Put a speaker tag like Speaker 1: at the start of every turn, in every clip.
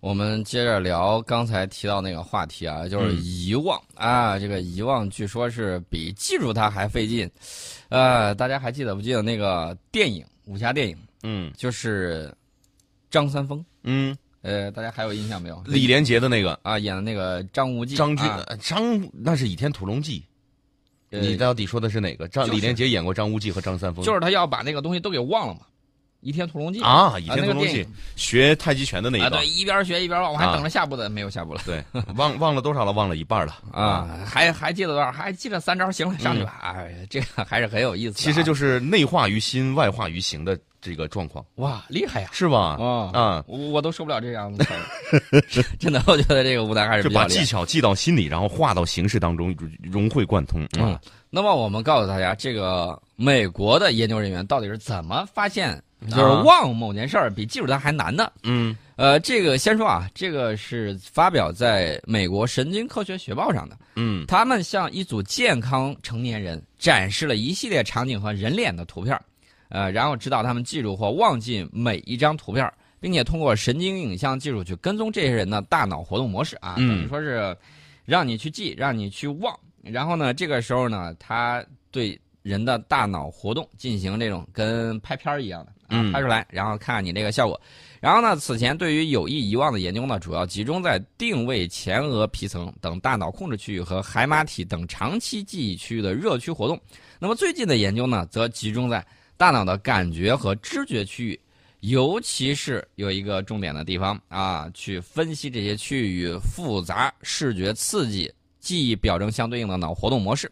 Speaker 1: 我们接着聊刚才提到那个话题啊，就是
Speaker 2: 嗯
Speaker 1: 遗忘、啊，这个遗忘据说是比记住它还费劲。呃，大家还记得不记得那个电影武侠电影，
Speaker 2: 嗯
Speaker 1: 就是张三丰？
Speaker 2: 嗯，
Speaker 1: 呃，大家还有印象没有？
Speaker 2: 李连杰的那个
Speaker 1: 啊演的那个张无忌，
Speaker 2: 张军
Speaker 1: 啊，
Speaker 2: 呃张那是《倚天屠龙记》，
Speaker 1: 呃
Speaker 2: 你到底说的是哪个？张
Speaker 1: 就是
Speaker 2: 李连杰演过张无忌和张三丰，
Speaker 1: 就是他要把那个东西都给忘了嘛，《倚天屠龙记》
Speaker 2: 啊，《倚天
Speaker 1: 那
Speaker 2: 屠
Speaker 1: 个
Speaker 2: 龙
Speaker 1: 电
Speaker 2: 记
Speaker 1: 影》
Speaker 2: 学太极拳的那
Speaker 1: 啊，
Speaker 2: 一段
Speaker 1: 对，，一边学一边忘，我还
Speaker 2: 啊
Speaker 1: 等着下部的，没有下部了
Speaker 2: 对，忘忘了多少了？忘了一 半了。
Speaker 1: 啊，还还记得多少？还记得三招，行了，上去吧。哎，这个还是很有意思的啊。
Speaker 2: 嗯其实就是内化于心，外化于行的这个状况，
Speaker 1: 哇，厉害呀！
Speaker 2: 是吧？
Speaker 1: 啊
Speaker 2: 啊，
Speaker 1: 我我都受不了这样的词儿， 真的，我觉得这个吴楠还是
Speaker 2: 就
Speaker 1: 比较
Speaker 2: 把
Speaker 1: 厉
Speaker 2: 技
Speaker 1: 害。
Speaker 2: 巧记到心里，然后化到形式当中，融会贯通。啊
Speaker 1: 嗯，那么我们告诉大家，这个美国的研究人员到底是怎么发现，就是
Speaker 2: 啊
Speaker 1: 忘某件事儿比记住它还难的？
Speaker 2: 嗯
Speaker 1: 呃，这个先说啊，这个是发表在美国《神经科学学报》上的。
Speaker 2: 嗯
Speaker 1: 他们向一组健康成年人展示了一系列场景和人脸的图片儿，呃，然后指导他们记住或忘记每一张图片儿，并且通过神经影像技术去跟踪这些人的大脑活动模式啊，
Speaker 2: 嗯
Speaker 1: 等于说是让你去记，让你去忘。然后呢，这个时候呢，他对人的大脑活动进行这种跟拍片儿一样的啊
Speaker 2: 嗯
Speaker 1: 拍出来，然后看看你这个效果。然后呢，此前对于有意遗忘的研究呢，主要集中在定位前额皮层等大脑控制区域和海马体等长期记忆区域的热区活动。那么最近的研究呢，则集中在大脑的感觉和知觉区域，尤其是有一个重点的地方啊，去分析这些区域与复杂视觉刺激、记忆表征相对应的脑活动模式。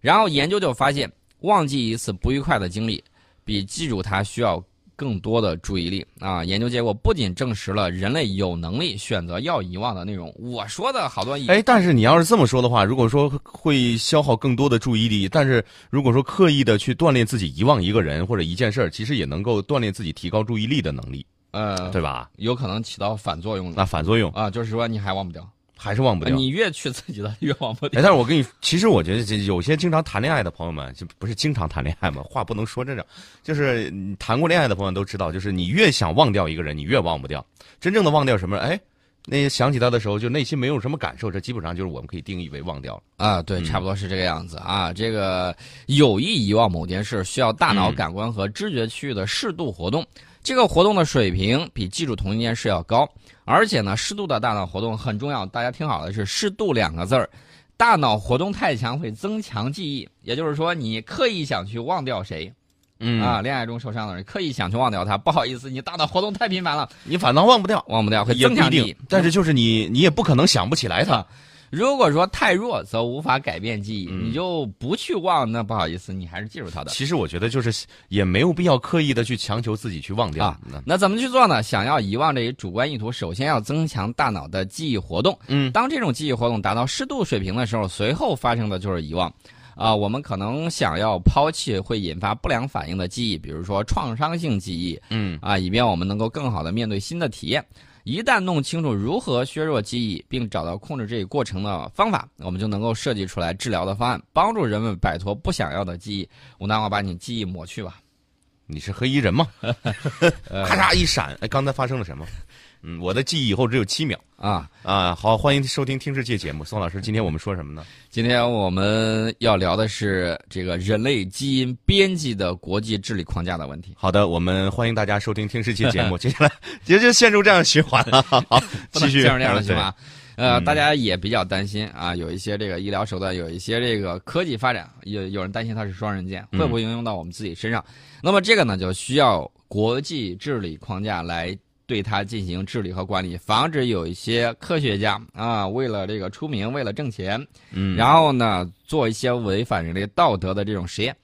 Speaker 1: 然后研究就发现，忘记一次不愉快的经历，比记住它需要更多的注意力啊！研究结果不仅证实了人类有能力选择要遗忘的内容，我说的好多遗
Speaker 2: 哎，但是你要是这么说的话，如果说会消耗更多的注意力，但是如果说刻意的去锻炼自己遗忘一个人或者一件事儿，其实也能够锻炼自己提高注意力的能力，
Speaker 1: 呃，
Speaker 2: 对吧？
Speaker 1: 有可能起到反作用的
Speaker 2: 那反作用
Speaker 1: 啊，就是说你还忘不掉，啊
Speaker 2: 还是忘不掉。
Speaker 1: 你越去刺激的越忘不
Speaker 2: 哎，
Speaker 1: 掉。
Speaker 2: 但是我跟你，其实我觉得这有些经常谈恋爱的朋友们，就不是经常谈恋爱嘛，话不能说这种，就是你谈过恋爱的朋友都知道，就是你越想忘掉一个人，你越忘不掉。真正的忘掉什么？哎，那想起他的时候，就内心没有什么感受，这基本上就是我们可以定义为忘掉了。
Speaker 1: 啊，对，
Speaker 2: 嗯
Speaker 1: 差不多是这个样子啊。这个有意遗忘某件事，需要大脑感官和知觉区域的适度活动。这个活动的水平比记住同一件事要高，而且呢，适度的大脑活动很重要。大家听好了，是“适度”两个字儿。大脑活动太强会增强记忆，也就是说，你刻意想去忘掉谁、
Speaker 2: 嗯
Speaker 1: 啊，恋爱中受伤的人，刻意想去忘掉他，不好意思，你大脑活动太频繁了，
Speaker 2: 你反倒忘不掉，
Speaker 1: 忘不掉会
Speaker 2: 也
Speaker 1: 增
Speaker 2: 不一
Speaker 1: 强记忆
Speaker 2: 定。。但是就是你，你也不可能想不起来他。
Speaker 1: 如果说太弱，则无法改变记忆，
Speaker 2: 嗯
Speaker 1: 你就不去忘，那不好意思，你还是记住它的。
Speaker 2: 其实我觉得就是也没有必要刻意的去强求自己去忘掉。
Speaker 1: 啊
Speaker 2: 那
Speaker 1: 那怎么去做呢？想要遗忘这一主观意图，首先要增强大脑的记忆活动。
Speaker 2: 嗯
Speaker 1: 当这种记忆活动达到适度水平的时候，随后发生的就是遗忘。啊，我们可能想要抛弃会引发不良反应的记忆，比如说创伤性记忆，
Speaker 2: 嗯
Speaker 1: 啊，以便我们能够更好的面对新的体验。一旦弄清楚如何削弱记忆，并找到控制这一过程的方法，我们就能够设计出来治疗的方案，帮助人们摆脱不想要的记忆。我那我把你记忆抹去吧。
Speaker 2: 你是黑衣 人吗？
Speaker 1: 呃
Speaker 2: 咔嚓一闪，哎，刚才发生了什么？嗯，我的记忆以后只有七秒。
Speaker 1: 啊，
Speaker 2: 啊，好，欢迎收听《听世界》节目，宋老师，今天我们说什么呢？
Speaker 1: 今天我们要聊的是这个人类基因编辑的国际治理框架的问题。
Speaker 2: 好的，我们欢迎大家收听《听世界》 节目，接下来也就陷入这样的循环了。好，
Speaker 1: 不
Speaker 2: 继
Speaker 1: 能
Speaker 2: 续
Speaker 1: 这样这样的行
Speaker 2: 对
Speaker 1: 吧？呃，
Speaker 2: 嗯
Speaker 1: 大家也比较担心啊，有一些这个医疗手段，有一些这个科技发展，有有人担心它是双刃剑，
Speaker 2: 嗯
Speaker 1: 会不会应用到我们自己身上？那么这个呢，就需要国际治理框架来对它进行治理和管理，防止有一些科学家啊，为了这个出名，为了挣钱，
Speaker 2: 嗯，
Speaker 1: 然后呢，做一些违反人类道德的这种实验。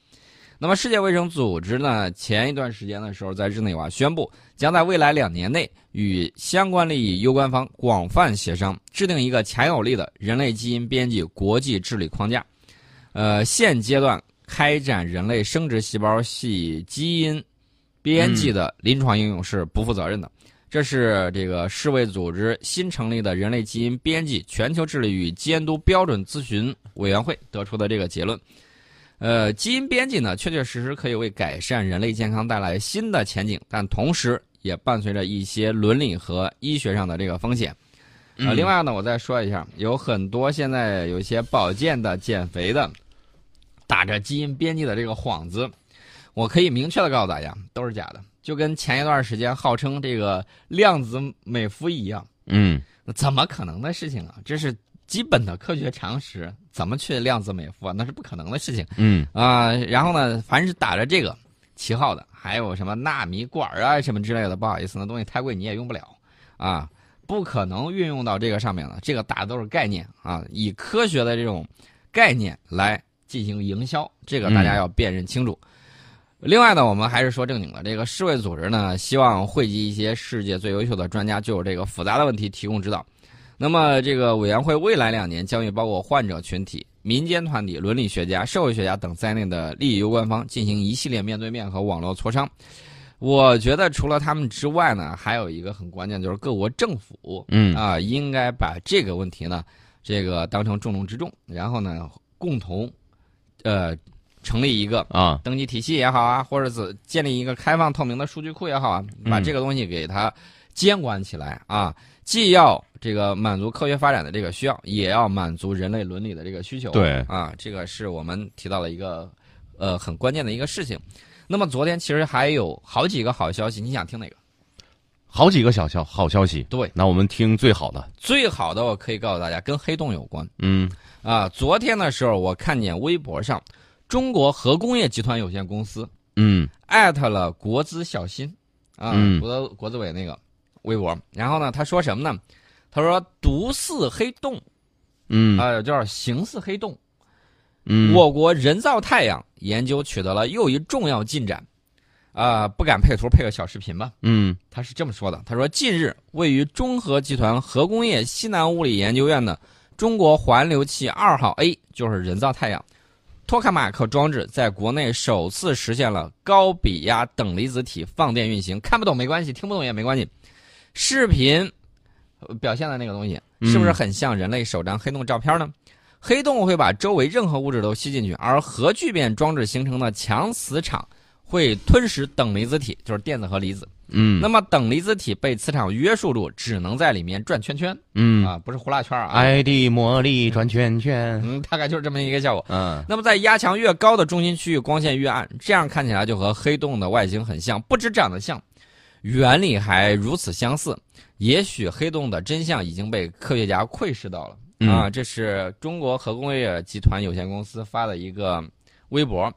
Speaker 1: 那么，世界卫生组织呢，前一段时间的时候，在日内瓦宣布，将在未来两年内与相关利益攸关方广泛协商，制定一个强有力的人类基因编辑国际治理框架。呃，现阶段开展人类生殖细胞系基因编辑的临床应用是不负责任的。这是这个世卫组织新成立的人类基因编辑全球治理与监督标准咨询委员会得出的这个结论。呃，基因编辑呢，确确实实可以为改善人类健康带来新的前景，但同时也伴随着一些伦理和医学上的这个风险。呃，另外呢，我再说一下，有很多现在有一些保健的、减肥的，打着基因编辑的这个幌子，我可以明确的告诉大家，都是假的。就跟前一段时间号称这个量子美肤一样，
Speaker 2: 嗯，
Speaker 1: 那怎么可能的事情啊？这是基本的科学常识，怎么去量子美肤啊？那是不可能的事情
Speaker 2: 嗯
Speaker 1: 啊、然后呢，凡是打着这个旗号的，还有什么纳米管儿啊什么之类的，不好意思，那东西太贵，你也用不了啊，不可能运用到这个上面了。这个打的都是概念啊，以科学的这种概念来进行营销，这个大家
Speaker 2: 嗯
Speaker 1: 要辨认清楚。另外呢，我们还是说正经的。这个世卫组织呢，希望汇集一些世界最优秀的专家，就这个复杂的问题提供指导。那么，这个委员会未来两年将与包括患者群体、民间团体、伦理学家、社会学家等在内的利益有关方进行一系列面对面和网络磋商。我觉得除了他们之外呢，还有一个很关键，就是各国政府
Speaker 2: 嗯
Speaker 1: 啊、应该把这个问题呢，这个当成重中之重，然后呢，共同呃成立一个
Speaker 2: 啊，
Speaker 1: 登记体系也好啊，或者是建立一个开放透明的数据库也好啊，把
Speaker 2: 嗯
Speaker 1: 这个东西给它监管起来啊，既要这个满足科学发展的这个需要，也要满足人类伦理的这个需求。
Speaker 2: 对
Speaker 1: 啊，这个是我们提到了一个呃很关键的一个事情。那么昨天其实还有好几个好消息，你想听哪个？
Speaker 2: 好几个小消好消息。
Speaker 1: 对，
Speaker 2: 那我们听最好的。
Speaker 1: 最好的我可以告诉大家，跟黑洞有关
Speaker 2: 嗯
Speaker 1: 啊。昨天的时候，我看见微博上中国核工业集团有限公司
Speaker 2: 嗯
Speaker 1: 艾特了国资小新啊，
Speaker 2: 嗯
Speaker 1: 国国资委那个微博。然后呢，他说什么呢？他说毒似黑洞
Speaker 2: 嗯
Speaker 1: 啊、就是形似黑洞。
Speaker 2: 嗯，
Speaker 1: 我国人造太阳研究取得了又一重要进展啊、不敢配图，配个小视频吧。
Speaker 2: 嗯
Speaker 1: 他是这么说的：他说，近日位于中核集团核工业西南物理研究院的中国环流器二号 A，就是人造太阳托卡马克装置，在国内首次实现了高比压等离子体放电运行。看不懂没关系，听不懂也没关系。视频呃表现的那个东西，
Speaker 2: 嗯
Speaker 1: 是不是很像人类首张黑洞照片呢？黑洞会把周围任何物质都吸进去，而核聚变装置形成的强磁场会吞噬等离子体，就是电子和离子。
Speaker 2: 嗯
Speaker 1: 那么等离子体被磁场约束住，只能在里面转圈圈
Speaker 2: 嗯，
Speaker 1: 啊，不是呼啦圈啊，，
Speaker 2: 爱的魔力转圈圈。
Speaker 1: 嗯，大概就是这么一个效果。
Speaker 2: 嗯
Speaker 1: 那么在压强越高的中心区域，光线越暗，这样看起来就和黑洞的外形很像，不止长得像，原理还如此相似。也许黑洞的真相已经被科学家窥视到了、
Speaker 2: 嗯
Speaker 1: 啊！这是中国核工业集团有限公司发的一个微博。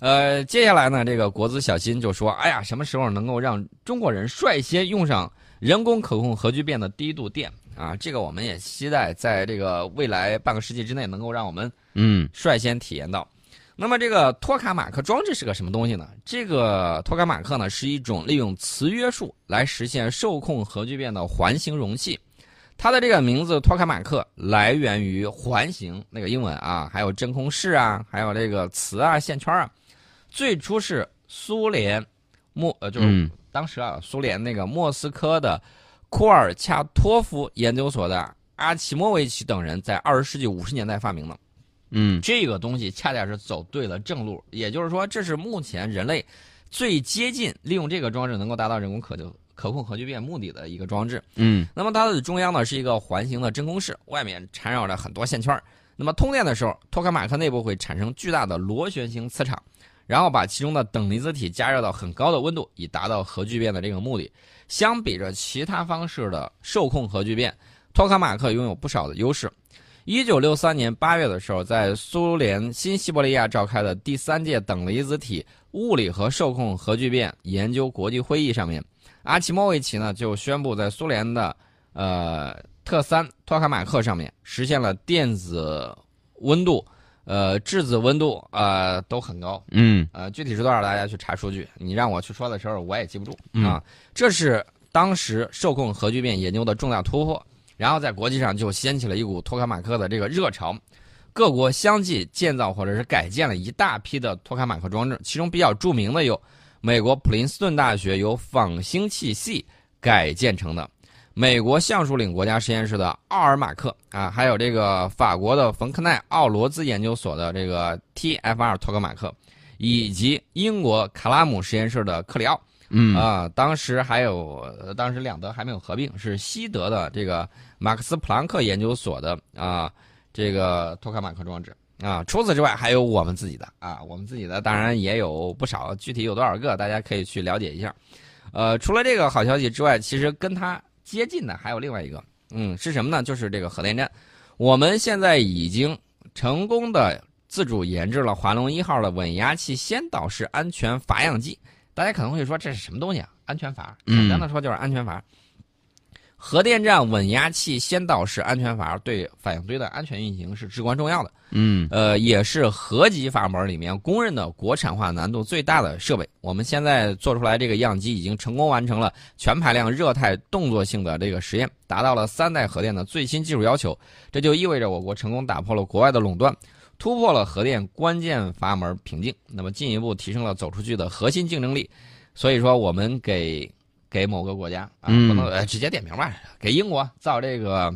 Speaker 1: 呃，接下来呢，这个国资小新就说：“哎呀，什么时候能够让中国人率先用上人工可控核聚变的低度电啊？这个我们也期待在这个未来半个世纪之内，能够让我们
Speaker 2: 嗯
Speaker 1: 率先体验到。那么这个托卡马克装置是个什么东西呢？这个托卡马克呢是一种利用磁约束来实现受控核聚变的环形容器。它的这个名字托卡马克来源于环形那个英文啊，还有真空室啊，还有这个磁啊、线圈啊。最初是苏联莫呃就是
Speaker 2: 嗯
Speaker 1: 当时啊，苏联那个莫斯科的库尔恰托夫研究所的阿奇莫维奇等人在二十世纪五十年代发明的。
Speaker 2: 嗯
Speaker 1: 这个东西恰恰是走对了正路，也就是说，这是目前人类最接近利用这个装置能够达到人工可可控核聚变目的的一个装置。
Speaker 2: 嗯
Speaker 1: 那么它的中央呢是一个环形的真空室，外面缠绕着很多线圈儿。那么通电的时候，托卡马克内部会产生巨大的螺旋形磁场，然后把其中的等离子体加热到很高的温度，以达到核聚变的这个目的。相比着其他方式的受控核聚变，托卡马克拥有不少的优势。一九六三年八月的时候，在苏联新西伯利亚召开的第三届等离子体物理和受控核聚变研究国际会议上面，阿奇莫维奇呢就宣布在苏联的呃特三托卡马克上面实现了电子温度、呃质子温度呃都很高，
Speaker 2: 嗯
Speaker 1: 呃具体是多少大家去查数据，你让我去说的时候我也记不住
Speaker 2: 嗯
Speaker 1: 啊。这是当时受控核聚变研究的重大突破，然后在国际上就掀起了一股托卡马克的这个热潮。各国相继建造或者是改建了一大批的托卡马克装置，其中比较著名的有美国普林斯顿大学由仿星器系改建成的，美国橡树岭国家实验室的奥尔马克啊，还有这个法国的冯克奈奥罗兹研究所的这个 TFR 托克马克，以及英国卡拉姆实验室的克里奥，
Speaker 2: 嗯
Speaker 1: 啊、当时还有，呃当时两德还没有合并，是西德的这个马克思普朗克研究所的啊、这个托卡马克装置啊、除此之外，还有我们自己的啊，我们自己的当然也有不少，具体有多少个，大家可以去了解一下。呃，除了这个好消息之外，其实跟它接近的还有另外一个，嗯，是什么呢？就是这个核电站。我们现在已经成功的自主研制了华龙一号的稳压器先导式安全阀样机。大家可能会说这是什么东西啊？安全阀，
Speaker 2: 嗯
Speaker 1: 简单的说就是安全阀。核电站稳压器先导式安全阀对反应堆的安全运行是至关重要的，
Speaker 2: 嗯
Speaker 1: 呃，也是核级阀门里面公认的国产化难度最大的设备。我们现在做出来这个样机已经成功完成了全排量热态动作性的这个实验，达到了三代核电的最新技术要求。这就意味着我国成功打破了国外的垄断，突破了核电关键阀门瓶颈，那么进一步提升了走出去的核心竞争力。所以说，我们给给某个国家啊，
Speaker 2: 嗯
Speaker 1: 不能、呃、直接点名吧，给英国造这个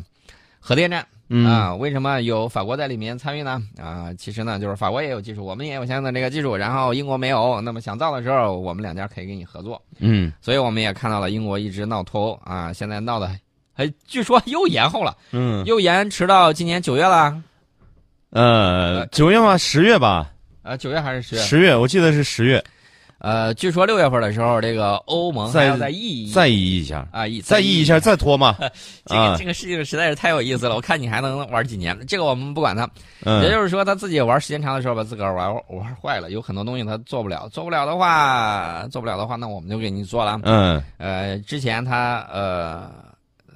Speaker 1: 核电站。
Speaker 2: 嗯
Speaker 1: 啊，为什么有法国在里面参与呢？啊，其实呢，就是法国也有技术，我们也有相应的这个技术，然后英国没有，那么想造的时候，我们两家可以给你合作。
Speaker 2: 嗯
Speaker 1: 所以我们也看到了英国一直闹脱欧啊，现在闹的 还据说又延后了，
Speaker 2: 嗯
Speaker 1: 又延迟到今年九月了，
Speaker 2: 呃，九月吗？十月吧，
Speaker 1: 呃，九月还是十月？
Speaker 2: 十月，我记得是十月，
Speaker 1: 呃，据说六月份的时候，这个欧盟还
Speaker 2: 再
Speaker 1: 要再议一
Speaker 2: 再议一下，
Speaker 1: 啊，议
Speaker 2: 再议一下，再拖嘛。
Speaker 1: 这个
Speaker 2: 啊
Speaker 1: 这个事情实在是太有意思了，我看你还能玩几年？这个我们不管它，也
Speaker 2: 嗯
Speaker 1: 就是说，他自己玩时间长的时候，把自个儿玩玩坏了，有很多东西他做不了。做不了的话，做不了的话，那我们就给你做了。
Speaker 2: 嗯
Speaker 1: 呃，之前他呃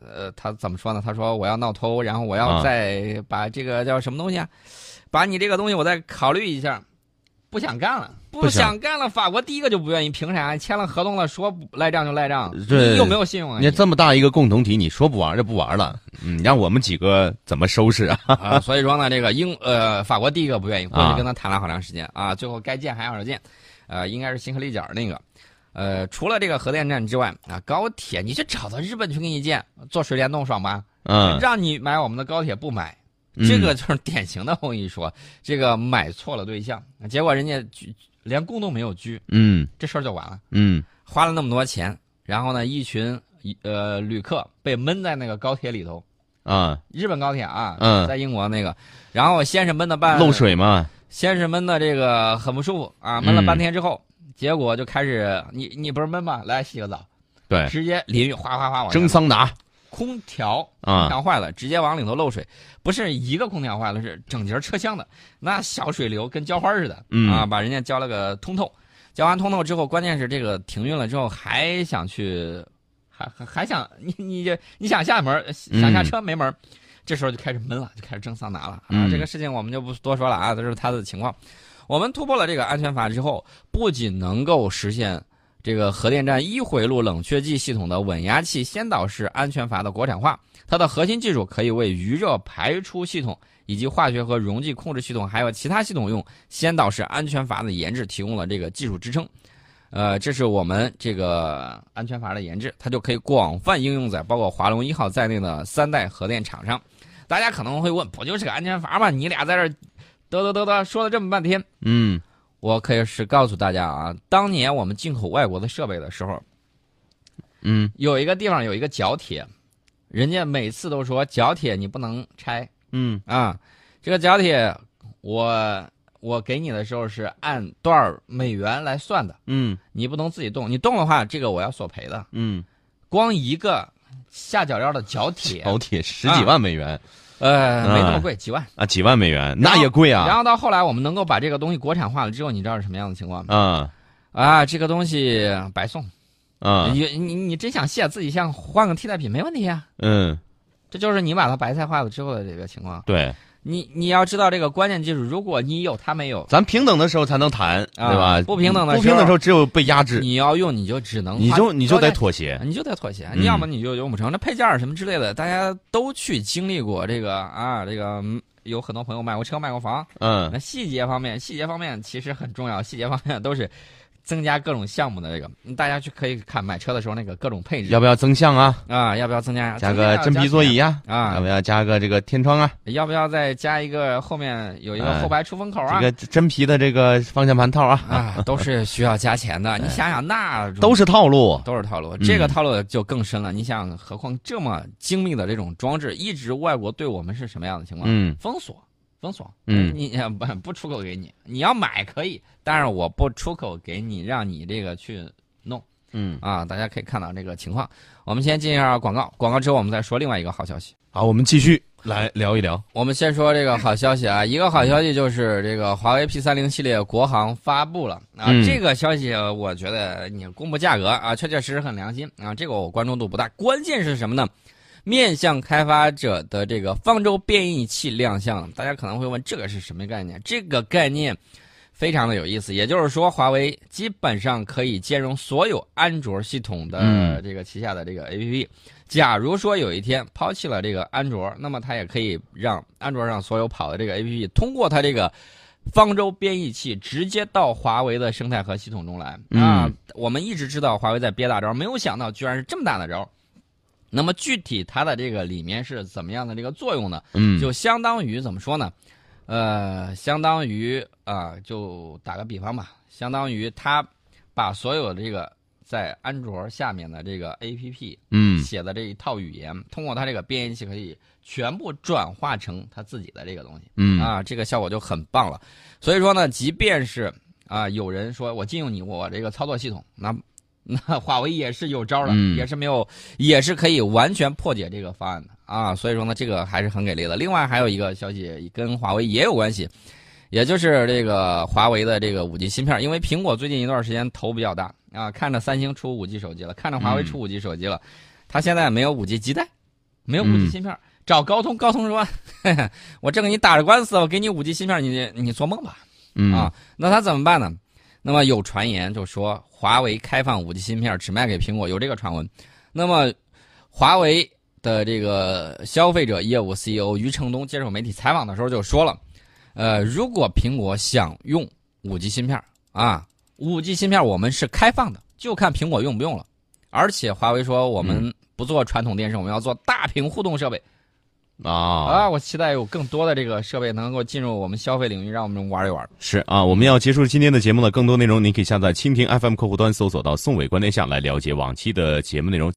Speaker 1: 呃，他怎么说呢？他说我要闹脱欧，然后我要
Speaker 2: 啊
Speaker 1: 再把这个叫什么东西啊，把你这个东西我再考虑一下。不想干了，不
Speaker 2: 不想
Speaker 1: 想干了。法国第一个就不愿意，凭啥？签了合同了，说不赖账就赖账，
Speaker 2: 对
Speaker 1: 你有没有信用啊？
Speaker 2: 你这么大一个共同体，你说不玩就不玩了，嗯，让我们几个怎么收拾啊？
Speaker 1: 啊，所以说呢，这个英呃法国第一个不愿意，过去
Speaker 2: 啊
Speaker 1: 跟他谈了好长时间啊，最后该见还要见，呃，应该是新合力角那个，呃，除了这个核电站之外啊，高铁你去找到日本去给你建，做水帘洞爽吧？
Speaker 2: 嗯，
Speaker 1: 让你买我们的高铁不买，
Speaker 2: 嗯
Speaker 1: 这个就是典型的我跟你说，这个买错了对象，结果人家居连公都没有居，
Speaker 2: 嗯
Speaker 1: 这事儿就完了，
Speaker 2: 嗯
Speaker 1: 花了那么多钱，然后呢，一群呃旅客被闷在那个高铁里头，
Speaker 2: 啊，
Speaker 1: 日本高铁啊，
Speaker 2: 嗯
Speaker 1: 在英国那个，然后先是闷的半
Speaker 2: 漏，水嗯嘛，
Speaker 1: 先是闷的这个很不舒服啊，闷了半天之后，结果就开始你你不是闷吗？来洗个澡，
Speaker 2: 对，
Speaker 1: 直接淋浴哗哗哗往下
Speaker 2: 蒸桑拿
Speaker 1: 空调空
Speaker 2: 啊，
Speaker 1: 调坏了，直接往里头漏水，不是一个空调坏了，是整节车厢的那小水流跟浇花似的、
Speaker 2: 嗯
Speaker 1: 啊，把人家浇了个通透，浇完通透之后，关键是这个停运了之后还想去，还还还想你你这你想下门想下车没门儿。这时候就开始闷了，就开始蒸桑拿了啊！
Speaker 2: 嗯
Speaker 1: 这个事情我们就不多说了啊，这是他的情况。我们突破了这个安全阀之后，不仅能够实现这个核电站一回路冷却剂系统的稳压器先导式安全阀的国产化，它的核心技术可以为余热排出系统以及化学和溶剂控制系统，还有其他系统用先导式安全阀的研制提供了这个技术支撑。呃，这是我们这个安全阀的研制，它就可以广泛应用在包括华龙一号在内的三代核电厂上。大家可能会问，不就是个安全阀吗？你俩在这儿嘚嘚嘚嘚说了这么半天，
Speaker 2: 嗯
Speaker 1: 我可以是告诉大家啊，当年我们进口外国的设备的时候，
Speaker 2: 嗯
Speaker 1: 有一个地方有一个角铁，人家每次都说角铁你不能拆
Speaker 2: 嗯
Speaker 1: 啊，这个角铁我我给你的时候是按多少美元来算的，
Speaker 2: 嗯
Speaker 1: 你不能自己动，你动的话这个我要索赔的。
Speaker 2: 嗯，
Speaker 1: 光一个下脚料的角铁，啊
Speaker 2: 高铁十几万美元
Speaker 1: 呃，没那么贵，几万。
Speaker 2: 哦啊，几万美元那也贵
Speaker 1: 然
Speaker 2: 啊，
Speaker 1: 后到后来我们能够把这个东西国产化了之后，你知道是什么样的情况吗？
Speaker 2: 啊
Speaker 1: 啊，这个东西白送。
Speaker 2: 啊
Speaker 1: 你你你真想卸自己想换个替代品没问题啊，
Speaker 2: 嗯，
Speaker 1: 这就是你把它白菜化了之后的这个情况。
Speaker 2: 对，
Speaker 1: 你你要知道这个关键技术，如果你有它没有，
Speaker 2: 咱平等的时候才能谈，对
Speaker 1: 啊
Speaker 2: 吧？
Speaker 1: 不平等的
Speaker 2: 不平
Speaker 1: 时候
Speaker 2: 等的时候只有被压制，
Speaker 1: 你要用你就只能
Speaker 2: 你
Speaker 1: 花
Speaker 2: 就你就
Speaker 1: 高
Speaker 2: 得
Speaker 1: 价
Speaker 2: 妥协，
Speaker 1: 你就得妥协，
Speaker 2: 嗯
Speaker 1: 要么你就用不成。那配件儿什么之类的，大家都去经历过这个啊，这个嗯有很多朋友买过车、买过房，
Speaker 2: 嗯
Speaker 1: 那细节方面，细节方面其实很重要，细节方面都是增加各种项目的这个，大家去可以看买车的时候那个各种配置，
Speaker 2: 要不要增项啊？
Speaker 1: 啊，要不要增加
Speaker 2: 加个真皮座椅呀、
Speaker 1: 啊
Speaker 2: 要？不要加个这个天窗啊？
Speaker 1: 要不要再加一个后面有一个后排出风口啊？
Speaker 2: 哎这个真皮的这个方向盘套啊？
Speaker 1: 啊，都是需要加钱的。你想想，那
Speaker 2: 哎都是嗯套路。
Speaker 1: 都是套路，这个套路就更深了。你想，何况这么精密的这种装置，一直外国对我们是什么样的情况？
Speaker 2: 嗯
Speaker 1: 封锁，封锁。
Speaker 2: 嗯
Speaker 1: 你呃不不出口给你，你要买可以，但是我不出口给你，让你这个去
Speaker 2: 嗯，
Speaker 1: 啊。大家可以看到这个情况。我们先进一下广告，广告之后我们再说另外一个好消息。
Speaker 2: 好，我们继续来聊一聊。
Speaker 1: 我们先说这个好消息啊，一个好消息就是这个华为 P 三零系列国行发布了啊，
Speaker 2: 嗯
Speaker 1: 这个消息呃我觉得你公布价格啊，确确实实很良心啊，这个我关注度不大。关键是什么呢？面向开发者的这个方舟变异器亮相，大家可能会问这个是什么概念？这个概念非常的有意思，也就是说，华为基本上可以兼容所有安卓系统的
Speaker 2: 嗯
Speaker 1: 这个旗下的这个 APP。假如说有一天抛弃了这个安卓，那么它也可以让安卓上所有跑的这个 APP 通过它这个方舟编译器直接到华为的生态和系统中来。
Speaker 2: 嗯
Speaker 1: 啊，我们一直知道华为在憋大招，没有想到居然是这么大的招。那么具体它的这个里面是怎么样的这个作用呢？
Speaker 2: 嗯，
Speaker 1: 就相当于怎么说呢？呃，相当于啊、就打个比方吧，相当于它把所有这个在安卓下面的这个 APP
Speaker 2: 嗯
Speaker 1: 写的这一套语言，通过它这个编译器可以全部转化成它自己的这个东西。
Speaker 2: 嗯
Speaker 1: 啊，这个效果就很棒了。所以说呢，即便是啊，有人说我禁用你我这个操作系统，那那华为也是有招了，
Speaker 2: 嗯
Speaker 1: 也是没有，也是可以完全破解这个方案的啊。所以说呢，这个还是很给力的。另外还有一个消息跟华为也有关系。也就是这个华为的这个五 G 芯片，因为苹果最近一段时间头比较大啊，看着三星出五 G 手机了，看着华
Speaker 2: 嗯
Speaker 1: 为出五 G 手机了，它现在没有五 G 基带，没有五 G
Speaker 2: 嗯
Speaker 1: 芯片，找高通，高通说 我正给你打着官司，我给你五 G 芯片，你你做梦吧
Speaker 2: 嗯
Speaker 1: 啊！那他怎么办呢？那么有传言就说华为开放五 G 芯片只卖给苹果，有这个传闻。那么华为的这个消费者业务 CEO 余承东接受媒体采访的时候就说了，呃，如果苹果想用五 G 芯片啊，五 G 芯片我们是开放的，就看苹果用不用了。而且华为说我们不做传统电视，我们要做大屏互动设备。
Speaker 2: 啊
Speaker 1: 啊，我期待有更多的这个设备能够进入我们消费领域，让我们玩一玩。
Speaker 2: 是啊，我们要结束今天的节目了。更多内容您可以下载蜻蜓 FM 客户端搜索到“宋伟观天下”来了解往期的节目内容。